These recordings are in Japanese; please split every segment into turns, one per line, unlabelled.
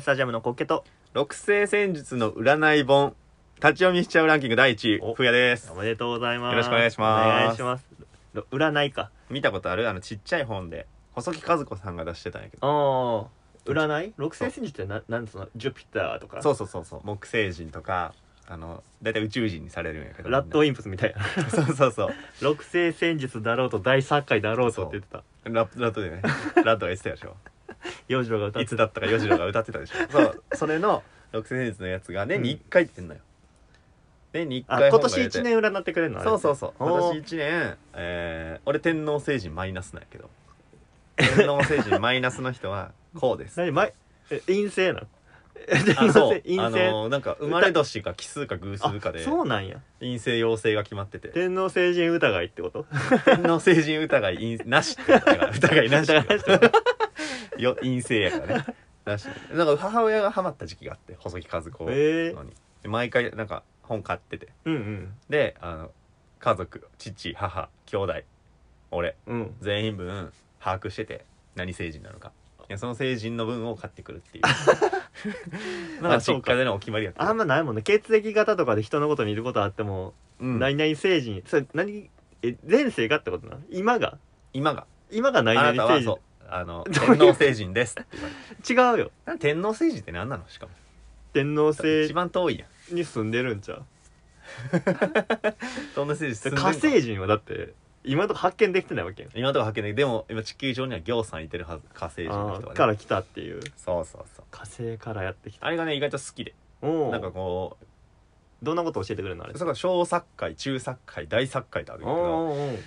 スタジアムのコッケと
六星戦術の占い本立ち読みしちゃうランキング第1
お
位ふうやです
おめでとうございます
よろしくお願いします
お願いしますろ占いか
見たことあるあのちっちゃい本で細木和子さんが出してたんやけど
ああ占い六星戦術ってななんそのジュピターとか
そううそうそうそう木星人とかあの大体宇宙人にされるんやけど
ラッドインプスみたいな
みんな そうそうそう
六星戦術だろうと大殺界だろうとって言ってた
ララッド でねラッドが言ってたでしょ
洋次郎が歌っ
い
てた
つだったかよじろが歌ってたでしょそうそれの六千年のやつが年に1回って言ってんのよ、年に1
あ
回
今
本が
年
出て
一年占ってくれるのあれ
そうそうそう
お
私
ー
1年、えー、俺天皇星人マイナスなんやけど天皇星人マイナスの人はこうで す
何前え陰性なのえ
あそう
陰
あ
性
のーなんか生まれ年が奇数か偶数かで
そうなんや
陰性陽性が決まってて
天皇成人疑いってこと
天皇星人疑い陰なしって 言ったから疑いなしって言ったからよ陰性やからねなしなんか母親がハマった時期があって細木和子
ええ
のにで毎回なんか本買ってて
うん
であの家族父母兄弟俺
うんうん
全員分把握してて何成人なのかいやその成人の分を買ってくるっていうなん
あ
か
そう
実
か
家でのお決まりやった
あんまないもんね血液型とかで人のこと見ることあっても、
うん
何々成人それ何え前世がってことな今が
今が
今が
あ
何
なた
々
は
成
そう
人
あの
どう
天
いう
皇成人ですって言われて
違うよ
なん天皇成人って何なのしかも
天皇
一
星
番遠いやん
に住んでるんちゃうそれ
天皇成人住んでんの
火星人はだって今のとこ発見できてないわけやん
今のとこ発見ででも今地球上には行さんいてるはず火星人
あ
の人
ー
は
か
ね
ら来たっていう
そうそうそう
火星からやってきた
あれがね意外と好きで
お
な
お
んかこ
どんなこと教えてくれるのあれ
うそこは小作界中作界大作界とあるん
お
やけど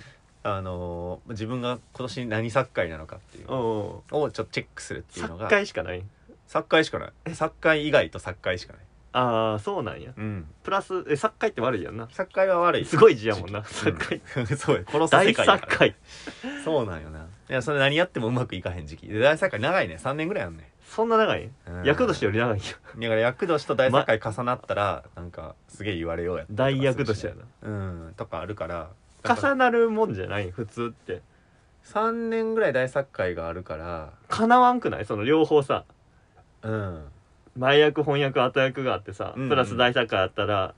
ー
あのー自分が今年何作界なのかっていう
おーお
をちょっとチェックするっていうの
ー
が
1回しかない
作界しかない作界以外と作界しかない
ああそうなんや
うん
プラスえ作家って悪いやんな
作界は悪い
すごい字やもんな
う
作
ん
家
そうや殺す世
大
界やか
作
ら
家
そうなんよないやそれ何やってもうまくいかへん時期で大作界長いね3年ぐらいあんね
そんな長い
うん
役年より長いよ
だから役年と大作界重なったらなんかすげえ言われようやったりとか
大
する
役
し
年やな
うんとかあるから
重なるもんじゃない普通って
3年ぐらい大作界があるから
叶わんくないその両方さ
うん
前役翻訳後役があってさ、
うんうん
プラス大作家あったら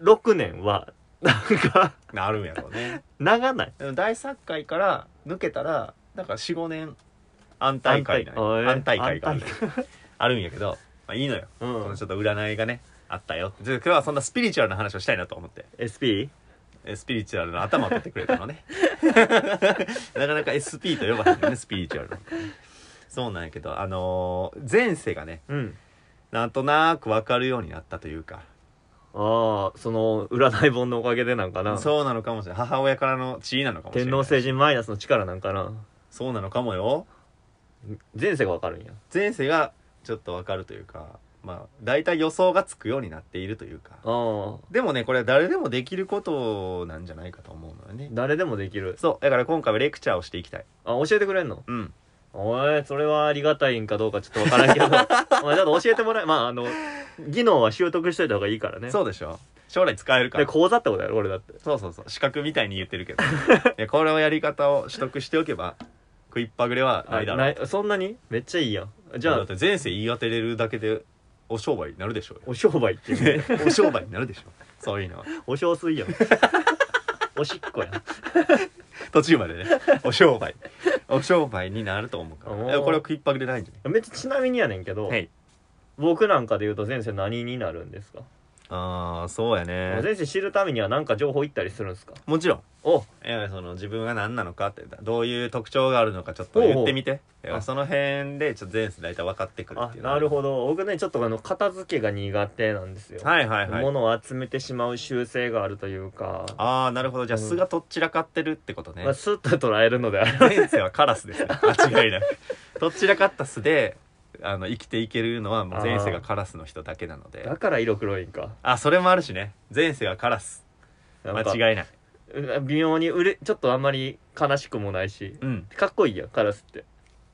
6年はなんか
なるんやろうね
長ない
でも大作界から抜けたらなんか45年安泰会な
安泰あえ
安泰会がある
安
あるんやけど、まあ、いいのよ、
う
こ
ん
のちょっと占いがねあったよじゃあ今日はそんなスピリチュアルな話をしたいなと思って
SP?
えスピリチュアルの頭を取ってくれたのねなかなか SP と呼ばへんよねスピリチュアルの、そうなんやけどあのー前世がね
うん
なんとなく分かるようになったというか
ああその占い本のおかげでなんかな
そうなのかもしれない母親からの地位なのかもしれ
天
ない
皇星人マイナスの力なんかな
そうなのかもよ
前世がわかるんや
前世がちょっとわかるというかまあ大体予想がつくようになっているというか
ああ
でもねこれは誰でもできることなんじゃないかと思うのよね
誰でもできる
そうだから今回はレクチャーをしていきたい
あ教えてくれんの
うん
おいそれはありがたいんかどうかちょっとわからん けどまあちょっと教えてもらえまああの技能は習得しといた方がいいからね
そうでしょ将来使えるか
で
ら
講座ってことやろ俺だって
そうそうそう資格みたいに言ってるけどで これをやり方を取得しておけば食いっぱぐれはないだろう
あそんなにめっちゃいいやんじゃ
だ
あ
って前世言い当てれるだけでお商売になるでしょうよ
お商売っていうね
お商売になるでしょそういうのは
お小水 やんおしっこやん
途中までねお商売お商売になると思うから
おー
いやこれは食いっぱぐれないんじゃない
めっちゃちなみにやねんけど、
はい
僕なんかで言うと前世何になるんですか、
ああそうやね
前世知るためには何か情報いったりするんですか
もちろん
お
いやその自分が何なのかってどういう特徴があるのかちょっと言ってみてい
う
やその辺でちょっと前世大体分かってくるっ
あ
ていう
なる
ど
ほど僕ねちょっとあの片付けが苦手なんですよ、
はいはいはい
物を集めてしまう習性があるというか
ああなるほどじゃあ
うん
素がとっちらかってるってことね、
まあ、スッと捉えるのであ れば
前世はカラ スですね間違いなくどちらかった巣であの生きていけるのはもう前世がカラスの人だけなので
だから色黒いんか
あそれもあるしね前世はカラス間
い
違いないう
微妙にうれちょっとあんまり悲しくもないし
うん
かっこいいやんカラスって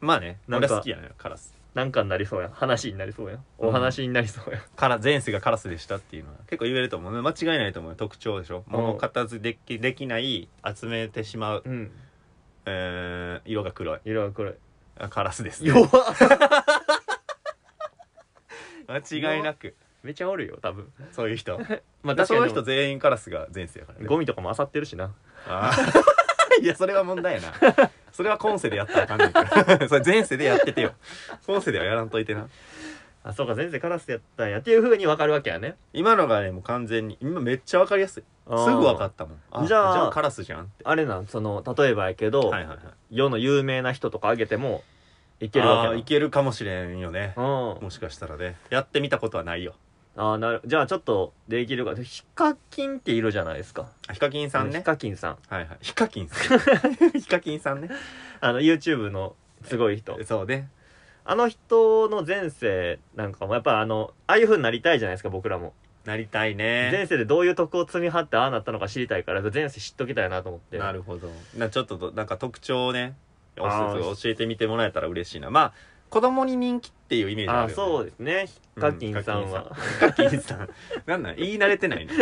まあね
なん
俺
か
好きやねカラス
なんかになりそうやん話になりそうやん
うん
お話になりそうやん、
から前世がカラスでしたっていうのは結構言えると思うね間違いないと思うよ特徴でしょ
うん
物片付できできない集めてしまう、
うん、
えー色が黒い
色は黒い
あカラスです、ね、
弱っ
間違いなく
めちゃおるよ多分
そういう人
まあ
で
確
そ
か
の
に
人全員カラスが前世やからね
ゴミとかも漁ってるしな
あー いやそれは問題やなそれは今世でやったらあかんねんから それ前世でやっててよ今世ではやらんといてな
あそうか全然カラスやったんやっていうふうに分かるわけやね
今のがねもう完全に今めっちゃわかりやすいすぐ分かったもんあ
じゃあ
カラスじゃんって
あれなんその例えばやけど、
はいはいはい
世の有名な人とかあげてもいける
あ
わ
ー
け
いけるかもしれんよね
だうん
もしかしたらねやってみたことはないよ
あーなるじゃあちょっとできるかヒカキンっているじゃないですか
あヒカキンさんね
ヒカキンさん
はいはいヒカキンさんヒカキンさんね
あの YouTube のすごい人
そうね
あの人の前世なんかもやっぱあのああいう風になりたいじゃないですか僕らも
なりたいね
前世でどういう徳を積み張ってああなったのか知りたいから前世知っときたいなと思って
なるほどなちょっとどなんか特徴をねお
あー
教えてみてもらえたら嬉しいなまあ子供に人気っていうイメージ
あ
あ
あ
るよ、ね、
そうですねヒカキンさんは、
ヒカキンさん なんなん言い慣れてないね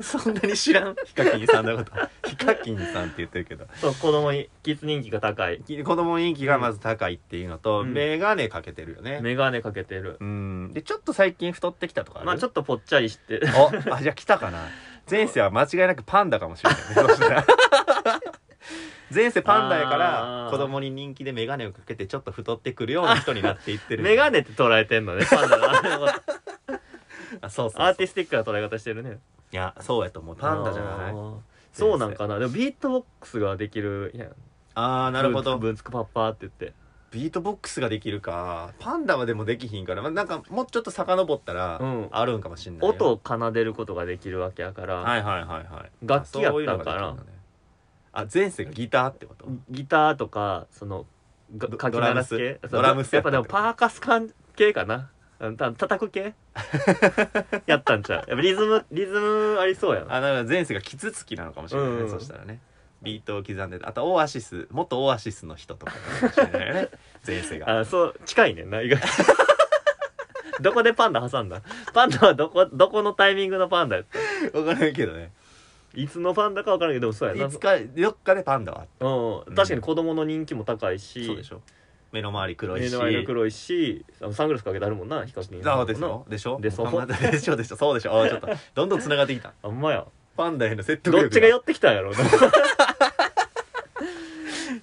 そんなに知らんヒカキンさんのことヒカキンさんって言ってるけど
そう子供にキッズ人気が高い
子供人気がまず高いっていうのと、
うん
メガネかけてるよね
メガネかけてる
うんでちょっと最近太ってきたとかある
まあちょっとぽっちゃりして
おあじゃあ来たかな前世は間違いなくパンダかもしれ ないねそしたら前世パンダやか
あ
ら
ー
子供に人気で眼鏡をかけてちょっと太ってくるような人になっていって る
メガネって捉えてんのねパンダの
あそうそうそ う
アーティスティックな捉え方してるね
いやそうやと思うパンダじゃない
あーそうなんかなでもビートボックスができるやん
ああなるほど
ブーツクパッパーって言って
ビートボックスができるかパンダはでもできひんから、まあ、なんかもうちょっと遡ったら、
うん
あるんかもしんないよ
音を奏でることができるわけやから、
はいはいはいはい
楽器やったんかな
あそういうのができるんだねあ前世がギターってこと
ギターとかそのが
ド
かき鳴らす系
ドラムス
そうやっぱでもパーカス関系かなうんた叩く 系やったんちゃうやっぱリズムリズムありそうやな
あだから前世がキツツキなのかもしれないね、
うんうん
そしたらねビートを刻んであとオアシス元オアシスの人とかかもしれないよ ね前世が
あそう近いねんな意外と どこでパンダ挟んだパンダはどこどこのタイミングのパンダやった
分からないけどね
いつのパンダか分からんけどでもそうやない
つかどっかでパンダは
う
うん
ん、確かに子供の人気も高いし、
そうでしょ目の周り黒い
目
し
の前が黒いしあのサングラスかけてあるもんなヒカキン
そうですよでしょ
でそう
パンダでしょでしょそうでしょあちょっとどんどん繋がってきた
あんまや
パンダへの説得
ど
力
っちが寄ってきたんやろうな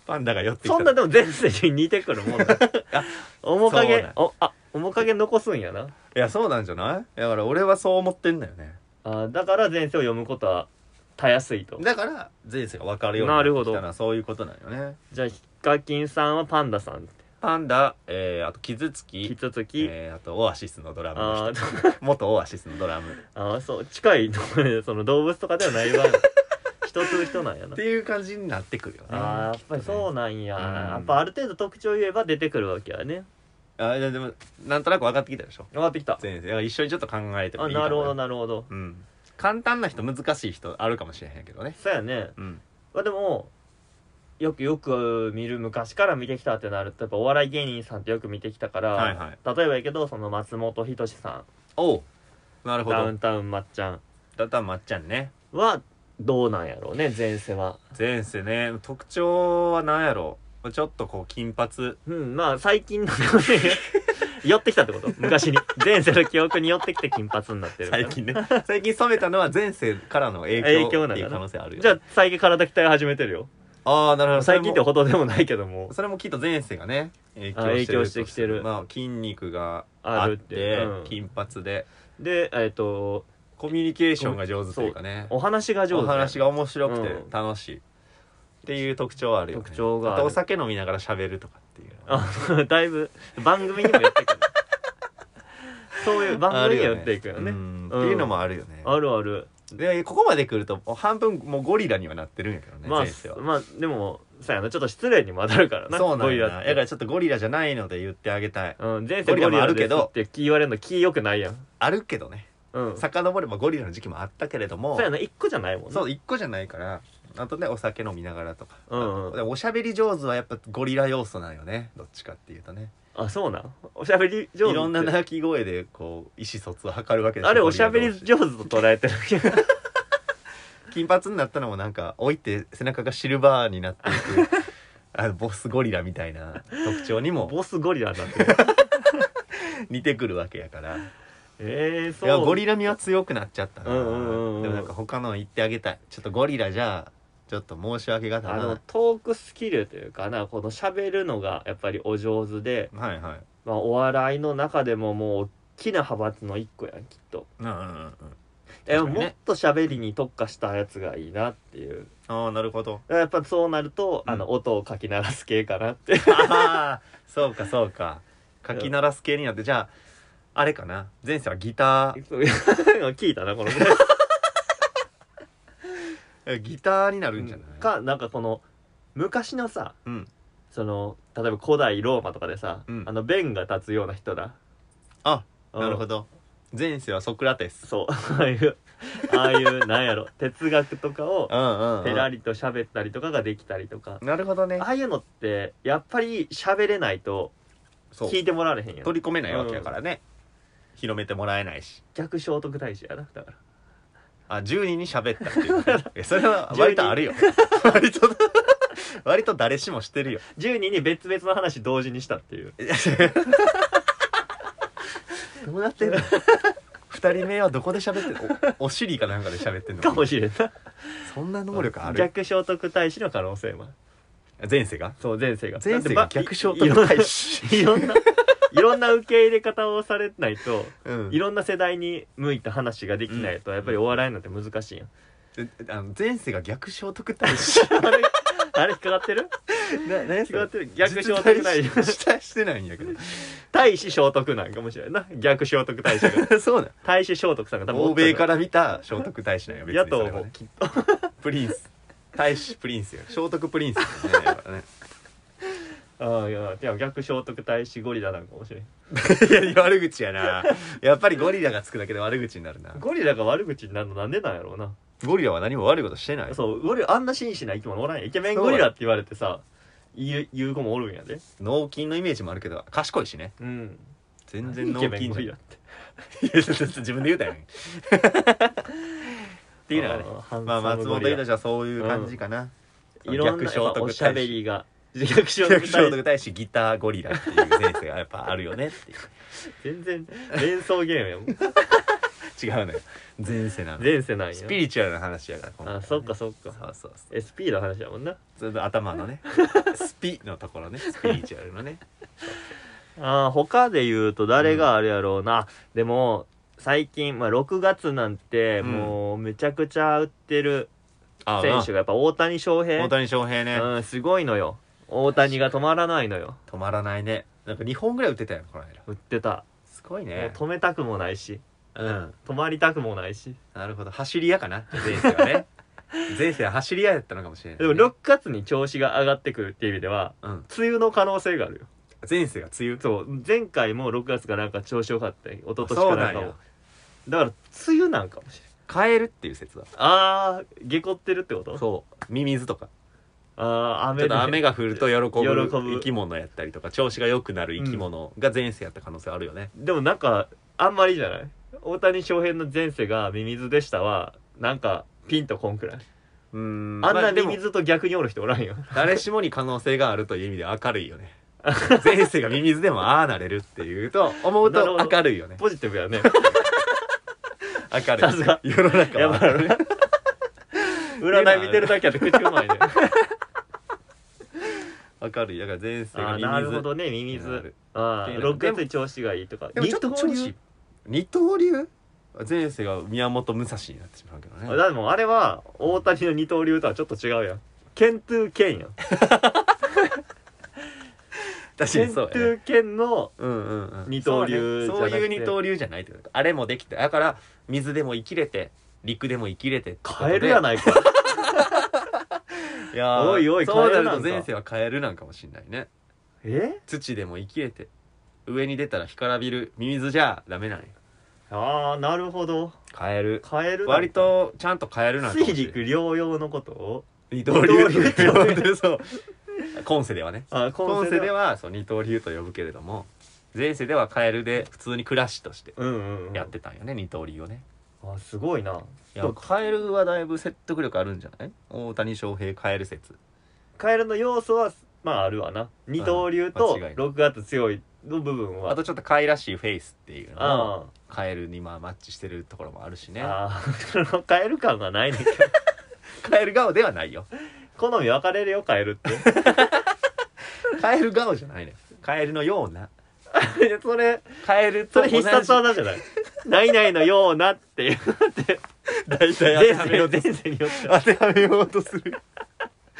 パンダが寄ってきた
そんなでも前世に似てくるもん だ
あ
面
そう
影
なん
おあ面影残すんやない
やそうなんじゃないだから俺はそう思ってんだよね
あだから前世を読むことはたやすいと
だから前世が分かるよう
な
に
る
な
ほ
っ
ど
てきたのはそういうことなんよね
じゃあヒカキンさんはパンダさん
パンダ、えー、あとキツツキ
引き続き、
えー、あとオアシスのドラムの人
あー
元オアシスのドラムっ
あーそう近いところでその動物とかではない わ人と人なんやな
ていう感じになってくるよね
あーやっぱりそうなんや、
うん
やっぱある程度特徴を言えば出てくるわけやね
あーいやでもなんとなく分かってきたでしょ
分かってきた
先生一緒にちょっと考えても
あ
いいかも
なるほど
な
なるほど
うん簡単な人難しい人あるかもしれへんけどね
そうやね
うん
まあでもよくよく見る昔から見てきたってなるとやっぱお笑い芸人さんってよく見てきたから、
はいはい
例えばやけどその松本人志さ
おうなる
ん
ほど
ダウンタウンまっちゃん
だったらまっちゃんね
はどうなんやろうね前世は
前世ね特徴は何やろうちょっとこう金髪
うんまあ最近の 寄ってきたってこと昔に前世の記憶に寄ってきて金髪になってるから
最近ね最近染めたのは前世からの影響
影響な
っ
ん
てい
か
う
な
可能性あるよ
じゃあ最近体鍛え始めてるよ
ああーなるほど
最近って
それも
ほどでもないけども
それもきっと前世がね影
あ影響
響
し
してて
きてる
まあ、筋肉が
あ
あ
る
っ
って
て
うん
金髪で
でえっ、と
コミュニケーションが上手というかね
お話が上手
お話が面白くて
うん
楽しい、っていう特徴はあるよね
特徴がある
あとお酒飲みながら喋るとかっていうのは
あだいぶ番組にも寄ってくるそういう番組には寄っていくよね
う
ある
ん
うん
っていうのもあるよね
ある
でここまで来るともう半分もうゴリラにはなってるんやけどね、
ま
前世は
あ。まあでもさやなちょっと失礼にも当たるからな
そうな
ゴ
ん
リ
や
ラ
な
っ
だから
て
ちょっとゴリラじゃないので言ってあげたい
うん、前世ゴ
ゴリ
リ
ラ
ラ
もある
です
けど
って言われるの気良くないやん
あるけどね
うんそ
遡ればゴリラの時期もあったけれども
うやな一個じゃないもんね
そう一個じゃないからあとねお酒飲みながらとか、
うんうん
でおしゃべり上手はやっぱゴリラ要素なんよねどっちかっていうとね
あそうなんおしゃべり上手って
いろんな鳴き声でこう意思疎通を図るわけです
あれおしゃべり
手
上手と捉えてるけ ど
金髪になったのもなんか置いて背中がシルバーになっ ていくあのボスゴリラみたいな特徴にも
ボスゴリラになってる
似てくるわけやから
えー、
い
そう
やゴリラ味は強くなっちゃったな、
うんうんうんうん
でもなんか他の言ってあげたいちょっとゴリラじゃちょっと申し訳がた
あ
な
のトークスキルというかなこの喋るのがやっぱりお上手で、
はいはい
まあ、お笑いの中でももう大きな派閥の一個やんきっと
うんうんうんうん
でも
確かに
も
ね
っと喋りに特化したやつがいいなっていう
ああなるほど
やっぱそうなると、
うん
あの音をかき鳴らす系かなって
ああ そうかそうかかき鳴らす系になってじゃああれかな前世はギタ
聞いたなこのぐらい
ーギターになるんじゃ ない、
かなんかこの昔のさ
うん、
その例えば古代ローマとかでさ、
うん
あの弁が立つような人だ
あ
うん
なるほど前世はソクラテス
そうああいうああいうなんやろ哲学とかを
うんうん、うん、
ペラリと喋ったりとかができたりとか
なるほどね
ああいうのってやっぱり喋れないと
そう
聞いてもらわれへんやん
取り込めないわけやからね、広めてもらえないし
逆聖徳太子やなだか
あ10人に喋ったってい うねえそれは割とあるよ 割と割と誰しもしてるよ
ら10人に別々の話同時にしたっていう
どうなってんの2人目はどこで喋ってんのおお尻かなんかで喋ってんの
かもしれんな
そんな能力ある
逆聖徳太子の可能性もある
前世が
そう前世が
前
だっ
世が
てば
逆称
いいろん
と
な
かいし
いろんないろんな受け入れ方をされないと
うん
いろんな世代に向いた話ができないとやっぱりお笑いなんて難しいよ
えあの前世が逆聖徳太子
あれあれ引っかかってる
な何
引っかかってる逆聖
聖
徳
徳
太
太
子
子したしてないんやけど
大使聖徳なんかもしれないな逆聖徳太子が
そうな
大使聖徳さんが多
の
分
欧米からら見た聖徳太子なんや別に
やと
それ
思
は
う
ね
きっと
プリンス大使プリンスよ聖徳プリンスだ よねやっぱね
ああいやいや逆聖徳太子ゴリラなんかもしれん
いやいや悪口やなやっぱりゴリラがつくだけで悪口になるな
ゴリラが悪口になるのなんでなんやろうな
ゴリラは何も悪いことしてない
そうゴリラあんな紳士な生き物おらんやんイケメンゴリラって言われてさ言う言う子もおるんやで
脳筋のイメージもあるけど賢いしね
うん
全然脳
イケメン
筋
ゴ
じゃん
リ ラっ
い
て
やちょっと自分で言う たやんっていうのがね
あー
ま
ハ
あ
ン
松
サムゴ
本
リラ
優太はそういう感じかな、
いろんな
逆聖徳太子
おしゃべりが逆聖徳
逆 聖
太子
徳太子ギターゴリラっていう前世がやっぱあるよねっていう
全然連想ゲームやもん
違うのよ前世なの
前世なんや
スピリチュアルな話やから今回は
あ
ね
そっかそっ
そう
か
そうそう
SP の話やもんな
ずっと頭 のねスピのところねスピリチュアルのね
あー他で言うと誰があるやろうな、でも最近、まあ、6月なんて
うん
もうめちゃくちゃ打ってる
あ
選手がやっぱ大谷翔平
大谷翔平ね、
うん、すごいのよ大谷が止まらないのよ
止まらないねなんか2本ぐらい打ってたよこの間
打ってた、
すごい
もう
ね
止めたくもないし
うん
止まりたくもないし
なるほど走り屋かな前世 はね前世は走り屋やったのかもしれない、
でも6月に調子が上がってくるっていう意味では
うん、
梅雨の可能性があるよ
前世が梅雨
そう前回も6月かなんか調子良かったよ一昨年
そ
か
うな
なん
ん
か
や
もだから梅雨なんかもしれない
カエルっていう説だ
あー下こってるってこと
そうミミズとか
あー
ちょ
雨
っと雨
が
が降ると喜ぶ
喜ぶ
生き物やったりとか調子が良くなる生き物が前世やった可能性あるよね、
でもなんかあんまりじゃない大谷翔平の前世がミミズでしたはなんかピンとこんくらい
うん
あん
ま
な
で
ミ
も
ミズと逆におる人おらんよ
誰しもに可能性があるという意味では明るいよ ね前世がミミズでもああなれるっていうと思う
なるほ
と
ど
明るいよね
ポジティブやね
明るい
さすが
世の中
や
は
ばいね占い見てるだけやって口うまいね
明るいだから前世
あ
が
ー
ミミズ
なるほどねミミズあ
ってい
ー
うのが
6月に調子がいいとか
でもちょっと調
二刀
子二刀流前世が宮本武蔵になってしまうけど
流あで
ね
もあれは大谷の二刀流とはちょっと違うやんケントゥーケ ンやん
確
ケントゥーケンの
うんうんうん、
二刀流
そう,、
じゃ
い
なくて
う二刀流じゃないってことかあれもできてだから水でも生きれて陸でも生きれてってこと
カ
で
エルやないか
いやー
おいおい
そうな
カエル
る
な
と
んか
前世はカエルなんかもしんないね
え
土でも生きれて上に出たら干からびるミミズじゃダメなんよ
ああなるほど
カエル
カエルなんだ
割とちゃんとカエルなんかもし
水
んない
陸両用のことを
二刀流
二
って
刀
呼
流
んでるそう今世ではね
あ
今世で
は
はそう二刀流と呼ぶけれども前世ではカエルで普通に暮らしとして
うんうん、うん、
やってたんよね、二刀流をね
あすごいない
やカエルはだいぶ説得力あるんじゃない大谷翔平カエル説
カエルの要素はまああるわな二刀流と
うん間違いない
6月強いの部分は
あとちょっと可愛らしいフェイスっていうの
あ
もカエルにまあマッチしてるところもあるし
あ、
ね
ああ そのカエル感がないねんけど
カエル顔ではないよ
好み分かれるよカエルって
カエル顔じゃないねカエルのような
それ
カエル
そ
と同
れ
じ
必殺技じゃないないないのようなっていう
大体
前
当ては
世
めよ
の
うと
前世によっては
当てはめようとする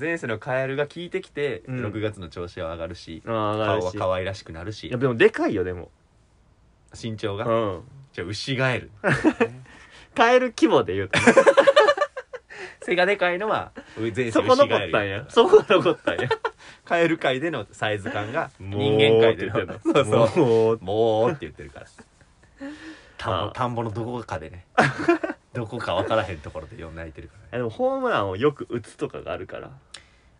前世のカエルが効いてきて、
うん
6月の調子は上がるし
ああ
顔
る
は
しい
可愛らしくなるし
やでもでかいよでも
身長
う
が、
ん
じゃあ牛ガエル
カエル規模で言うと
背がでかいのは前世
そこ
牛
残
ガ
っ
エル
たんやそこ残ったんや
カエル界でのサイズ感が人間界での
もうって言って
そうん
の
そう
もう
もうって言ってるから田ん
あ
ぼ
あ
田んぼのどこかで ねどこか分からへんところで呼ん泣いてるからね
あでもホームランをよく打つとかがあるから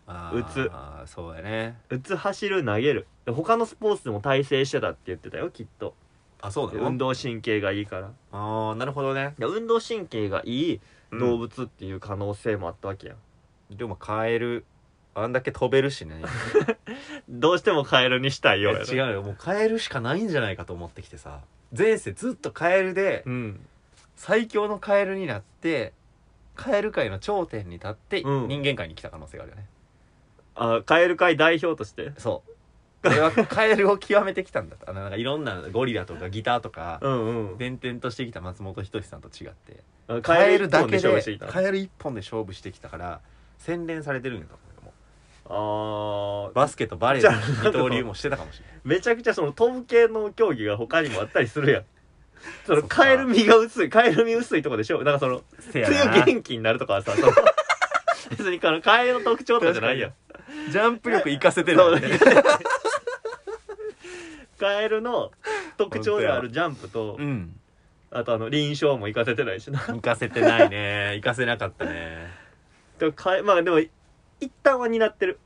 あ
うつ
あーそうやね
打つ走る投げる他のスポーツでも体制してたって言ってたよきっと
あそうなの
運動神経がいいから
ああなるほどね
で運動神経がいい動
動物
物っていう可能性もあったわけやん、
でもカエルあんだけ飛べるしね
どうしてもカエルにしたい
い
よう
や
やろ
違うよもうカエルしかないんじゃないかと思ってきてさ前世ずっとカエルで
うん
最強のカエルになってカエル界の頂点に立って
うん
人間界に来た可能性があるよね、
あカエル界代表として
そう 俺はカエルを極めてきたんだとあのなんかいろんなゴリラとかギターとか
うんうん
伝々としてきた松本人志さんと違って
あ
カエル
一
だ
本
け
勝負して
で
いた
カエル一本で勝負してきたから洗練されてるんだと思うよ
あ
もう
ー
バスケとバレー
じゃ
の
あ
二刀流もしてたかもしれない
めちゃくちゃその飛ぶ系の競技が他にもあったりする やんそのカエル身が薄いカエル身薄いとこでしょなんかその
せや
強
な
元気になるとかはさその 別にこのカエルの特徴とかじゃないやん
ジャンプ力活かせてる
そ
よ
う
ね
カエルの特徴であるジャンプと
うん
あとあの臨床も行かせてないしな
活かせてないね活かせなかったね
でもカエまあでも一旦は担ってる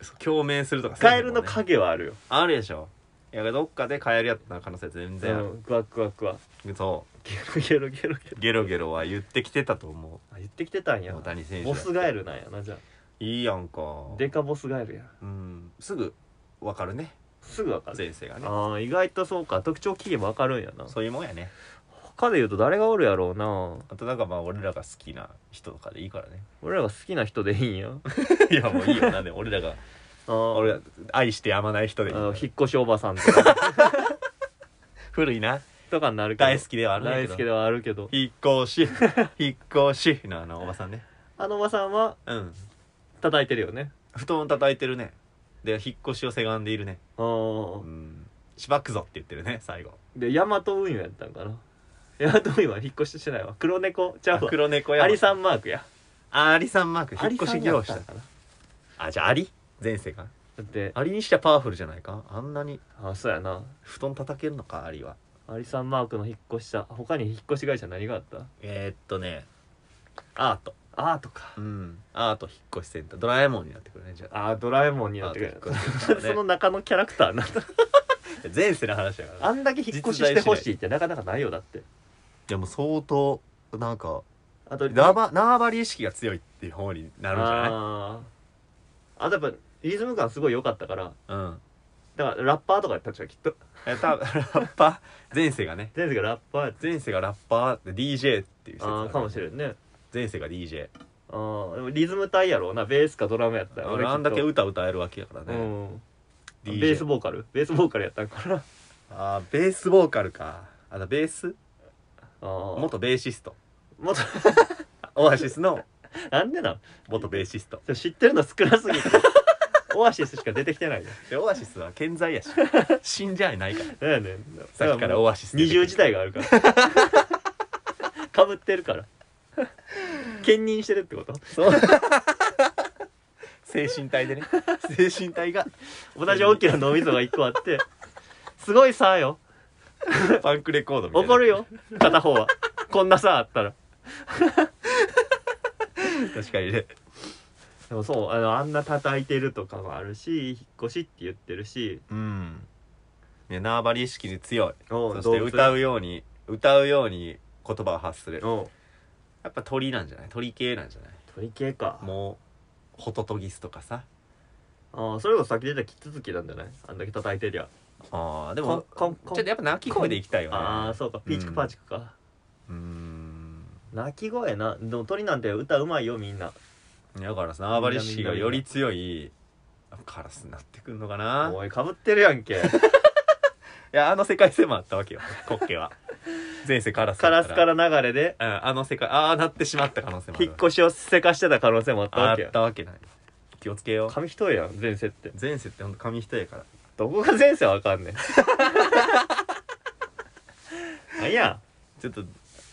そう共鳴するとか
カエルの
影
影はあるよ、
あるでしょいやどっかでカエルやった可能性全
う
然ある
ん、グワクワクワ
そ
ゲロゲロゲロゲロ
うゲロゲロは言ってきてたと思
あ言ってきてたん
う
や
大谷選手
ボスガエルなんやなじゃ
いいやんか
あデカボスガエルや
うんすぐわかるね
すぐわかる、
前世がね
ああ意外とそうか特徴聞けばわかるんやな
そういうもんやね
他で言うと誰がおるやろうな
あとなんかまあ俺らが好きな人とかでいいから ね
俺らが好きな人でいいんや
いやもういいよなでも俺らが
ああ
俺ら愛してやまない人でいい
あー引っ越しおばさんと か
古いな
とかになるけど
大好きではあるんだ
大好きではあるけど
引っ越 し引っ越しのあのおばさんね
あのおばさんは
うん
叩いてるよね
布団叩いてるねで引っ越しをせがんでいるね
ああ
うんしばくぞって言ってるね最後
でヤマト運輸やったんかなヤマト運輸は引っ越ししてないわ黒猫ちゃうわ
黒猫や
アリさんマークや
あアリさんマーク
ア
引っ
リ
越
さ
し
んや
業
った
者
んかな
あじゃあアリ前世が
だって
アリにしてはパワフルじゃないかあんなに
あそうやな
布団叩けるのかアリは
アリさんマークの引っ越し者他に引っ越し会社何があった
えー、っとねアート
アートか
うんアート引っ越しセンタードラえもんになってくるねじゃあ
あードラえもんになってく
アート
る
引っ越しセンタ
そ
ー
の
ね
中のキャラクターなんだ
前世の話だからね
あんだけ引っ越ししてほしいってなかなかないよだって
いやもう相当なんか
あと
縄張縄張り意識が強いっていう方になるんじゃ
あーあとやっぱリズム感すごい良かったから
ないうん
だからラッパーとかやったんちゃうきっと
え多分 ラッパー前世がね
全然ラッパーやった
前世がラッパーで DJ っていう説
あーかもし
ない
れんね
前世が DJ
あーでもリズム隊やろうなベースかドラムやったよ俺きっと
あんだけ歌歌えるわけやから
う
ね、
ん
DJ
ベースボーカルベースボーカルやったんから
あーベースボーカルかあのベース
あー
元ベーシスト
もっと
オアシスの
なんでな
元ベーシスト
の知ってるの少なすぎてオアシスしか出てきてないよ
でオアシスは健在 やし死んじゃいないから
なんやねん
さっきからオアシス
二重
時
時代があるからかぶってるから兼任してるってこと
そう精神体でね精神体が
同じ大きな脳みそが一個あってすごいさよ
パンクレコードみたいな
怒るよ片方はこんなさあったら
確かにね
でもそうあのあんな叩いてるとかもあるし引っ越しって言ってるし
うんね縄張り意識に強い
そ
そして歌
う
うように歌うように言葉を発する
ん
やっぱ鳥なんじゃない鳥系なんじゃない
鳥系か
もうホトトギスとかさ
ああそれこそ先出た木続きなんじゃないあんだけ叩いてりゃ
ああでもち
カンカン
ょ
カン
っとやっぱ鳴き声で行きたいよね
ああそうかピーチクパーチクか、
うーん
鳴き声なでも鳥なんて歌うまいよみんな
だからさ縄張り意識がより強いカラスになってくんのかな
おいかぶってるやんけ
いやあの世界線もあったわけよコッ ケは前世カラスだ
カ
った
ラスから流れ で
うんあの世界ああなってしまった可能性もある
引っ越しをせかしてた可能性もあった
あ
わけ
っ
や
たわけない気をつけよう
紙一重やん前世って
前世ってほんと紙一重やから
どこが前世わ かんねんなんや
ちょっと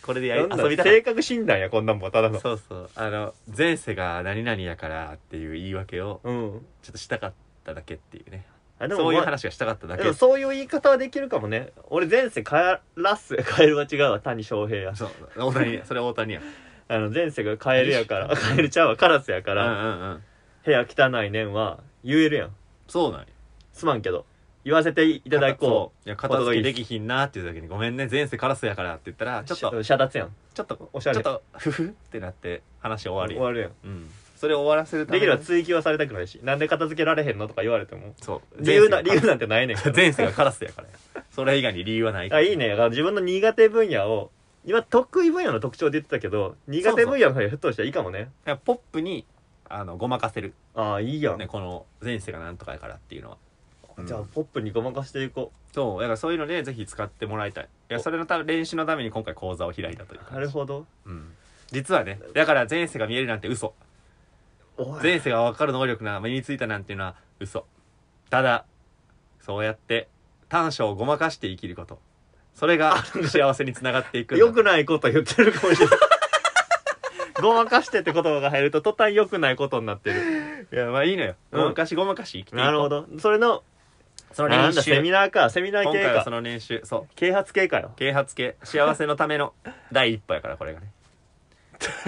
これでやり
なんだ
遊びたかっ
性格診断やこんなんもんただ
た
の
そうそうあの前世が何々やからっていう言い訳を
うん
ちょっとしたかっただけっていうね
あでも
そういう
まあ
話がしたかっただ
で
け
もそういう言い方はできるかもね俺前世カラス カエルは違うわ谷翔平や
そう大谷 それ大谷や
あの前世がカエルやからカエルちゃうわカラスやか
うんう
ら、
んうん
部屋汚いねんは言えるやん
そうなんよ
すまんけど言わせていただこ
ういや片付けできひんなっていう 時に「ごめんね前世カラスやから」って言ったら
う
ちょっと
し遮奪やん
ちょっと
おしゃれ
ちょっとふふってなって話終わり
終わるやん
うんそれを終わらせるた
で
め
き
に
れば追及はされたくないしなんで片付けられへんのとか言われても
そう
理由な理
前世が
由なんてないねんから
前世がカラスやからやそれ以外に理由はない
あいいねだから自分の苦手分野を今得意分野の特徴で言ってたけど苦手分野の方に沸騰したらいいかもね
いやポップにあのごまかせる、
ああいいやん、
ね、この前世がなんとかやからっていうのはうん
じゃあポップにごまかしていこ
そうだからそういうのでぜひ使ってもらいたいいやそれのた練習のために今回講座を開いたという
う
感じ
なるほど
うん、実はねだから前世が見えるなんて嘘
おい
前世が分かる能力が身についたなんていうのは嘘ただそうやって短所をごまかして生きることそれが幸せにつながっていくんだ
良くないこと言ってるかもしれない ごまかしてって言葉が入ると途端良くないことになってる
いやまあいいのよ
うん
ごまかしごまかし生きていこう
なるほどそれの
その
な
練
んだセミ
習
ナーかセミナー
今
系
回はそ
か
の練習そう
啓発系 かよ
啓発系幸せのための第一歩やからこれがね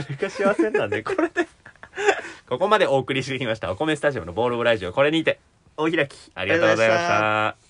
誰が幸せなんでこれで
ここまでお送りしてきましたお米スタジオのボールオブライジオこれにて
お開き
ありがとうござ
ありがとうござ
いまし
いました
た